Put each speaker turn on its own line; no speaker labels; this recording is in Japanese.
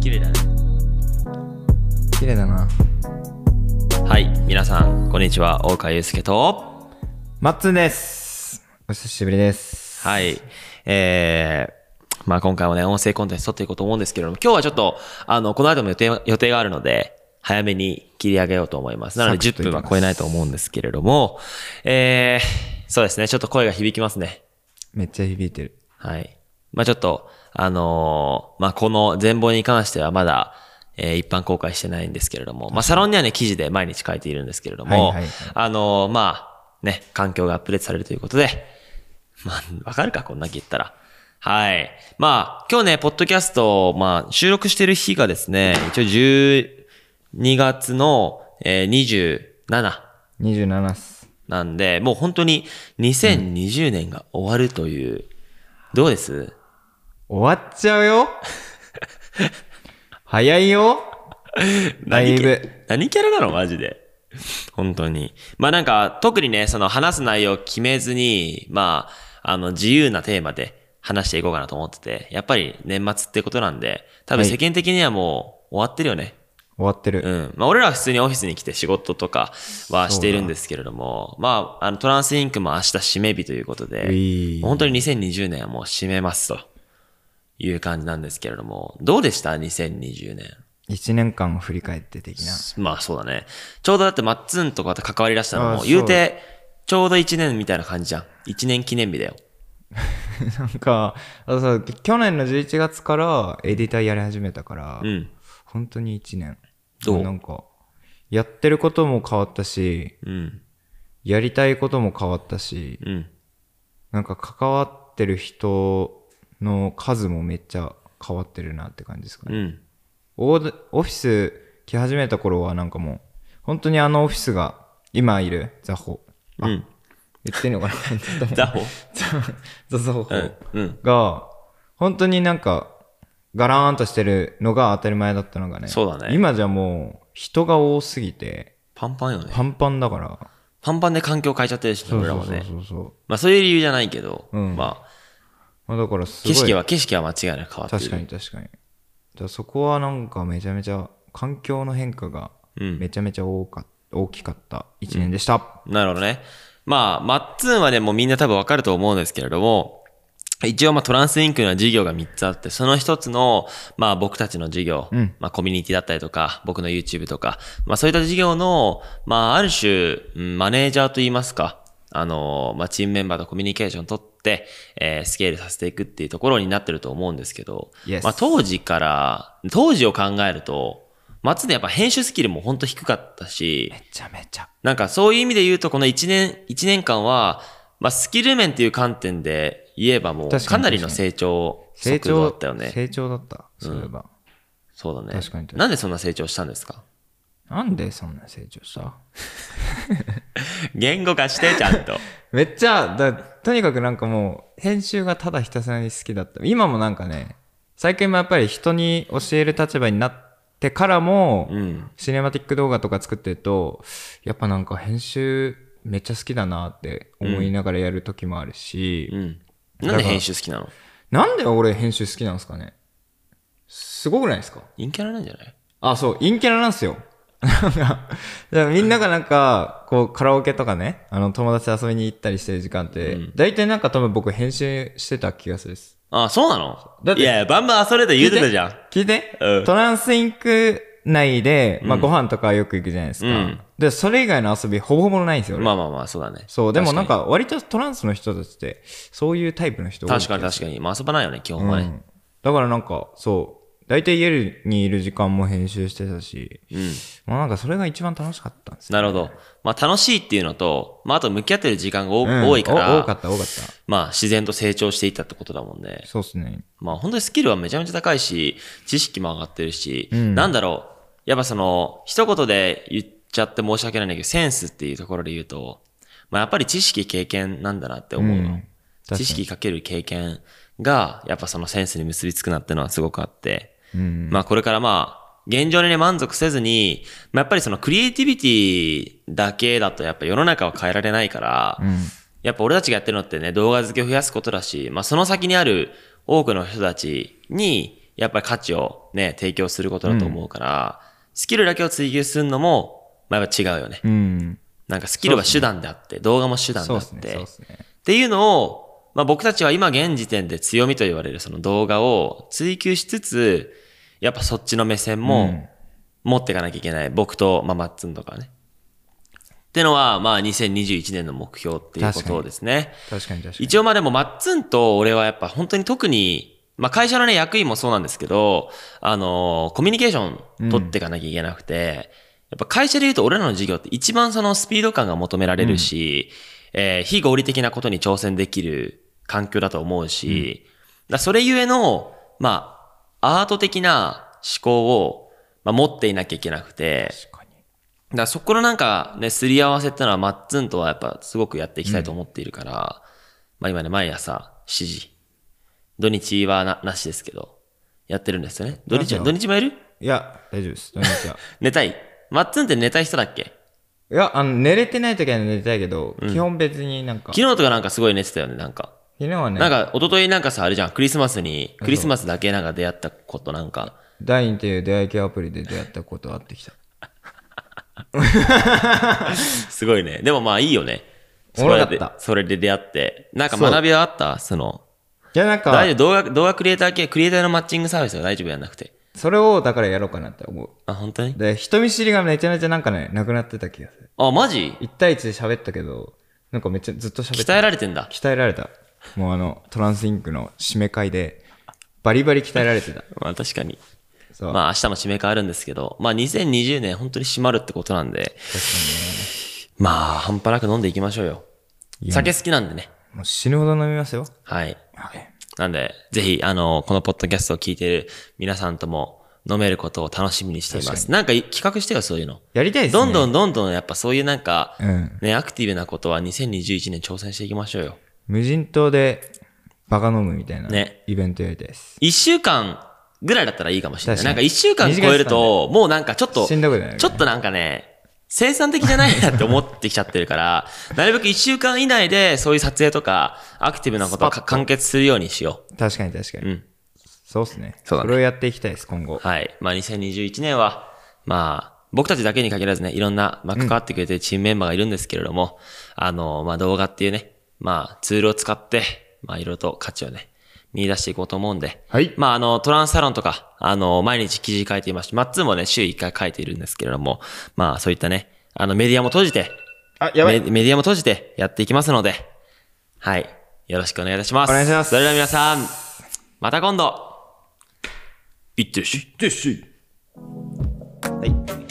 綺麗だね
綺麗だな
はい皆さんこんにちは大川祐介と
マッツンですお久しぶりです
はいえー、まあ今回もね音声コンテンツ撮っていこうと思うんですけれども今日はちょっとあのこの後も予定予定があるので早めに切り上げようと思いますなので
サクッと
10
いき
分
ます
は超えないと思うんですけれどもえー、そうですねちょっと声が響きますね
めっちゃ響いてる
はい。まあちょっと、あのーまあこの全貌に関してはまだ、えー一般公開してないんですけれども、まあサロンにはね、記事で毎日書いているんですけれども、
はいはいはい
あのーまあね、環境がアップデートされるということで、 まあ、わかるか、こんなけ言ったら。はい。まあ、今日ね、ポッドキャスト、まあ、収録してる日がですね、一応12月の、えー27
27っす
なんで、もう本当に2020年が終わるという、どうです
終わっちゃうよ 早いよだいぶ
何キャラなのマジで。本当に。まあなんか、特にね、その話す内容を決めずに、まあ、あの、自由なテーマで話していこうかなと思ってて、やっぱり年末ってことなんで、多分
はい
世間的にはもう終わってるよね。
終わってる、
うん。まあ俺らは普通にオフィスに来て仕事とかはしているんですけれども、まあ、あの、トランスインクも明日締め日ということで、
うい
本当に2020年はもう締めますという感じなんですけれども、どうでした ?2020 年。
1年間を振り返って的な
まあそうだね。ちょうどだってマッツンとかと関わり出したの
あ
も、
あ
言うて、ちょうど1年みたいな感じじゃん。1年記念日だよ。
なんかあとさ去年の11月からエディターやり始めたから、
うん。
本当に1年
どう
なんかやってることも変わったし
うん。
やりたいことも変わったし
うん。
なんか関わってる人の数もめっちゃ変わってるなって感じですか
う
ね。
ん。
オードオフィス来始めた頃はなんかもう、本当にあのオフィスが今いるザホ。
うん。
言ってんのかなちょっと
だほ
ザザホホ
うん。うん。
が、本当になんか、ガラーンとしてるのが当たり前だったのがね。
そうだね
今じゃもう、人が多すぎて、
パンパンよね。
パンパンだから。
パンパンで環境変えちゃってるしね、
そう
俺ら
そう
も
そう
ね。
そうそう。
まあそういう理由じゃないけど、
うん
まあ、
まあだからす
景
ごい。
色は、景色は間違いなく変わってる。
確かに確かにだからそこはなんかめちゃめちゃ環境の変化が
うん
めちゃめちゃ多か、大きかった1年でした、
なるほどね。まあ、マッツンはね、もうみんな多分わかると思うんですけれども、一応まあトランスインクのは事業が3つあって、その1つの、まあ僕たちの事業、
うん
まあコミュニティだったりとか、僕の YouTube とか、まあそういった事業の、まあある種、うんマネージャーといいますか、あのーまあチームメンバーとコミュニケーションを取って、えースケールさせていくっていうところになってると思うんですけど、
Yes
まあ当時から、当時を考えると、マッツンやっぱ編集スキルも本当低かったし、
めちゃめちゃ
なんかそういう意味で言うと、この1年、一年間は、まあスキル面っていう観点で言えばもう、
確か
か
に
なりの成長、
成
速度だ
長
ったよね。
成長だったそういえば、
そうだね。
確かに確かに
なんでそんな成長したんですか
なんでそんな成長した
言語化して、ちゃんと。
めっちゃだとにかくなんかもう編集がただひたすらに好きだった今もなんかね最近もやっぱり人に教える立場になってからも、
うん。
シネマティック動画とか作ってると、やっぱなんか編集めっちゃ好きだなって思いながらやる時もあるし、
うん。なんで編集好きなの
なんで俺編集好きなんですかねすごくないですか
陰キャラなんじゃない
あ、そう、陰キャラなんですよ。 なんかだからみんながなんか、こう、カラオケとかね、あの、友達と遊びに行ったりしてる時間って、大体なんか多分僕編集してた気がするです。
あ、そうなの
だって
いやいや、バンバン遊れた言うてたじゃん。
聞いて、
うん
トランスインク内で、まあ、ご飯とかよく行くじゃないですか。
うん
で、それ以外の遊びほぼほぼないんですよ、俺
まあまあまあ、そうだね。
そう、でもなん
確か
か割とトランスの人たちって、そういうタイプの人多い
に。確かに確かに。まあ遊ばないよね、基本は
う
ね。
んだからなんか、そう、大体家にいる時間も編集してたし、
うん。
まあなんかそれが一番楽しかったんですよ。
なるほど。まあ楽しいっていうのと、まああと向き合ってる時間が多
うん
多いか、
お多からった、多かった。
まあ自然と成長していったってことだもんね。
そうっすね。
まあ本当にスキルはめちゃめちゃ高いし、知識も上がってるし、
うん
なんだろう。やっぱその、一言で言っちゃって申し訳ないんだけど、センスっていうところで言うと、まあやっぱり知識経験なんだなって思うの。
うん確かに
知識かける経験が、やっぱそのセンスに結びつくなってのはすごくあって、
うん。
まあこれからまあ、現状にね満足せずに、まあやっぱりそのクリエイティビティだけだとやっぱ世の中は変えられないから、
うん。
やっぱ俺たちがやってるのってね、動画付けを増やすことだし、まあその先にある多くの人たちに、やっぱり価値をね、提供することだと思うから、スキルだけを追求するのも、まあやっぱ違うよね。
うん。
なんかスキルは手段であって、動画も手段で
そ
あ
う
っ
で
て、
すね。そうですね。
っていうのを、まあ、僕たちは今現時点で強みと言われるその動画を追求しつつ、やっぱそっちの目線も持っていかなきゃいけない。僕と、まあ、マッツンとかはね。ってのは、まあ、2021年の目標っていうこ
確か
と
に
ですね。
確かに確かに。
一応まあでも、マッツンと俺はやっぱ本当に特に、まあ会社のね、役員もそうなんですけど、あのーコミュニケーション取っていかなきゃいけなくて、やっぱ会社で言うと俺らの事業って一番そのスピード感が求められるし、えー非合理的なことに挑戦できる環境だと思うし、だからそれゆえの、まあ、アート的な思考を、まあ、持っていなきゃいけなくて、
確かに。
だからそこのなんかね、すり合わせってのはマッツンとはやっぱすごくやっていきたいと思っているから、まあ今ね、毎朝7時。土日はな、なしですけど、やってるんですよね。土日は、
な
土
ぜ
日もやる
いや、大丈夫です。どうにか
寝たい。マッツンって寝たい人だっけ
いや、あの、寝れてない時は寝てたいけど、基本別になんか、
昨日とかなんかすごい寝てたよね、なんか。
昨日は
なん
ね、
か、一昨日なんかさ、あれじゃん、クリスマスに、クリスマスだけなんか出会ったことなんか、
ダインっていう出会い系アプリで出会ったことあってきた。
すごいね。でもまあいいよね。
おもろかった
それでそれで出会って。なんか学びはあったその、
いや、なんか
大、丈夫動画、動画クリエイター系、クリエイターのマッチングサービスは大丈夫やんなくて。
それをだからやろうかなって思う。
あ、本当に
で、人見知りがめちゃめちゃなんかね、なくなってた気がする。
あ、マジ
1対1で喋ったけど、なんかめっちゃずっと喋ってた
鍛えられてんだ。
鍛えられた。もうあの、トランスインクの締め会で、バリバリ鍛えられてた。
まあ確かに。
そう。
まあ明日も締め替わるんですけど、まあ2020年本当に締まるってことなんで、まあ半端なく飲んでいきましょうよ。酒好きなんでね。
もう死ぬほど飲みますよ。
はい。
やべえ
なんで、ぜひ、あの、このポッドキャストを聞いている皆さんとも飲めることを楽しみにしています。なんかい企画してよ、そういうの。
やりたいですね。
どんど
ん。
んどんどんやっぱそういうなんか、
うん。
ね、アクティブなことは2021年挑戦していきましょうよ。
無人島で、バカ飲むみたいな、
ね
イベントやりたいです。
一週間ぐらいだったらいいかもしれない。
確
な
か
ん
に
か一週間超えると、もうなんかちょっと、
しんどくなるよね
ちょっとなんかね、生産的じゃないなって思ってきちゃってる から、なるべく一週間以内でそういう撮影とか、アクティブなことをか完結するようにしよ
確かに確かに。
う。うん。
そうっすね。
そうだね
れをやっていきたいです、今後。
はい。まあ2021年は、まあ、僕たちだけに限らずね、いろんな、まあ、関わってくれてるチームメンバーがいるんですけれども、あの、まあ動画っていうね、まあツールを使って、まあいろいろと価値をね、見出していこうと思うんで、
はい
まあ、あの、トランスサロンとか、あの、毎日記事書いていますし、マッツーもね、週1回書いているんですけれども、まあ、そういったね、あの、メディアも閉じて、
あ、やば
メ
い。
メディアも閉じてやっていきますので、はい。よろしくお願いいたします。
お願いします
それでは皆さん、また今度、いってらっしゃい。
はい。